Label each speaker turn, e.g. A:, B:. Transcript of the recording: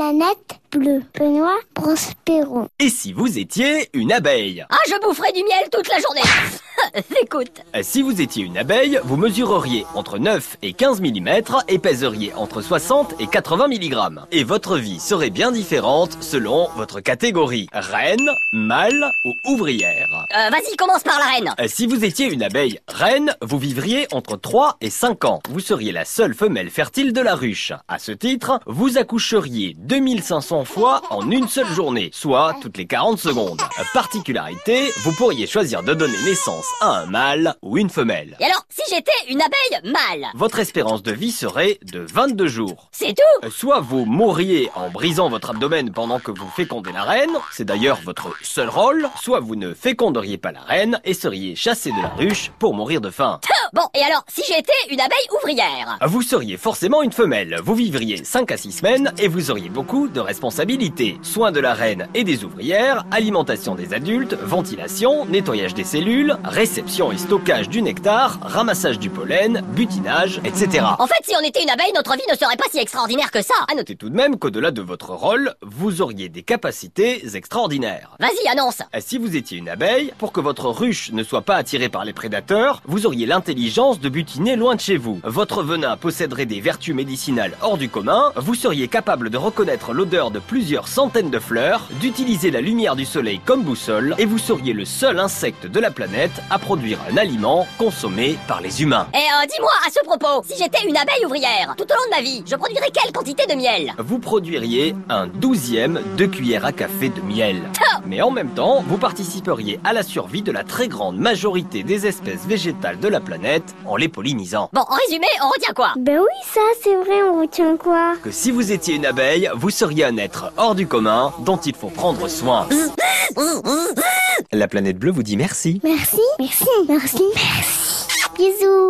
A: Planète bleue. Benoît Prospero.
B: Et si vous étiez une abeille
C: Ah, je boufferai du miel toute la journée. Écoute.
B: Euh, Si vous étiez une abeille, vous mesureriez entre 9 et 15 mm et pèseriez entre 60 et 80 mg. Et votre vie serait bien différente selon votre catégorie. Reine, mâle ou ouvrière.
C: Euh, Vas-y, commence par la reine.
B: Euh, Si vous étiez une abeille reine, vous vivriez entre 3 et 5 ans. Vous seriez la seule femelle fertile de la ruche. À ce titre, vous accoucheriez 2500 fois en une seule journée, soit toutes les 40 secondes. Euh, Particularité, vous pourriez choisir de donner naissance à un mâle ou une femelle.
C: Et alors, si j'étais une abeille mâle
B: Votre espérance de vie serait de 22 jours. Euh,
C: C'est tout
B: Soit vous mourriez en brisant votre abdomen pendant que vous fécondez la reine, c'est d'ailleurs votre seul rôle, soit vous ne féconderiez pas la reine et seriez chassé de la ruche pour mourir de faim.
C: Bon, et alors, si j'étais une abeille ouvrière
B: Vous seriez forcément une femelle, vous vivriez 5 à 6 semaines et vous auriez beaucoup de responsabilités. Soins de la reine et des ouvrières, alimentation des adultes, ventilation, nettoyage des cellules, réception et stockage du nectar, ramassage du pollen, butinage, etc.
C: En fait, si on était une abeille, notre vie ne serait pas si extraordinaire que ça. Ah,
B: À noter tout de même qu'au-delà de votre rôle, vous auriez des capacités extraordinaires.
C: Vas-y, annonce.
B: Ah, Si vous étiez une abeille, pour que votre ruche ne soit pas attirée par les prédateurs, vous auriez l'intelligence de butiner loin de chez vous. Votre venin posséderait des vertus médicinales hors du commun, vous seriez capable de reconnaître l'odeur de plusieurs centaines de fleurs, d'utiliser la lumière du soleil comme boussole, et vous seriez le seul insecte de la planète à produire un aliment consommé par les humains.
C: Et euh, dis-moi à ce propos, si j'étais une abeille ouvrière, tout au long de ma vie, je produirais quelle quantité de miel
B: vous produiriez un douzième de cuillère à café de miel. Mais en même temps, vous participeriez à la survie de la très grande majorité des espèces végétales de la planète en les pollinisant.
C: Bon, en résumé, on retient quoi
A: Ben oui, ça, c'est vrai, on retient quoi
B: Que si vous étiez une abeille, vous seriez un être hors du commun dont il faut prendre soin. La planète bleue vous dit merci.
A: Merci, merci, merci, merci. Bisous.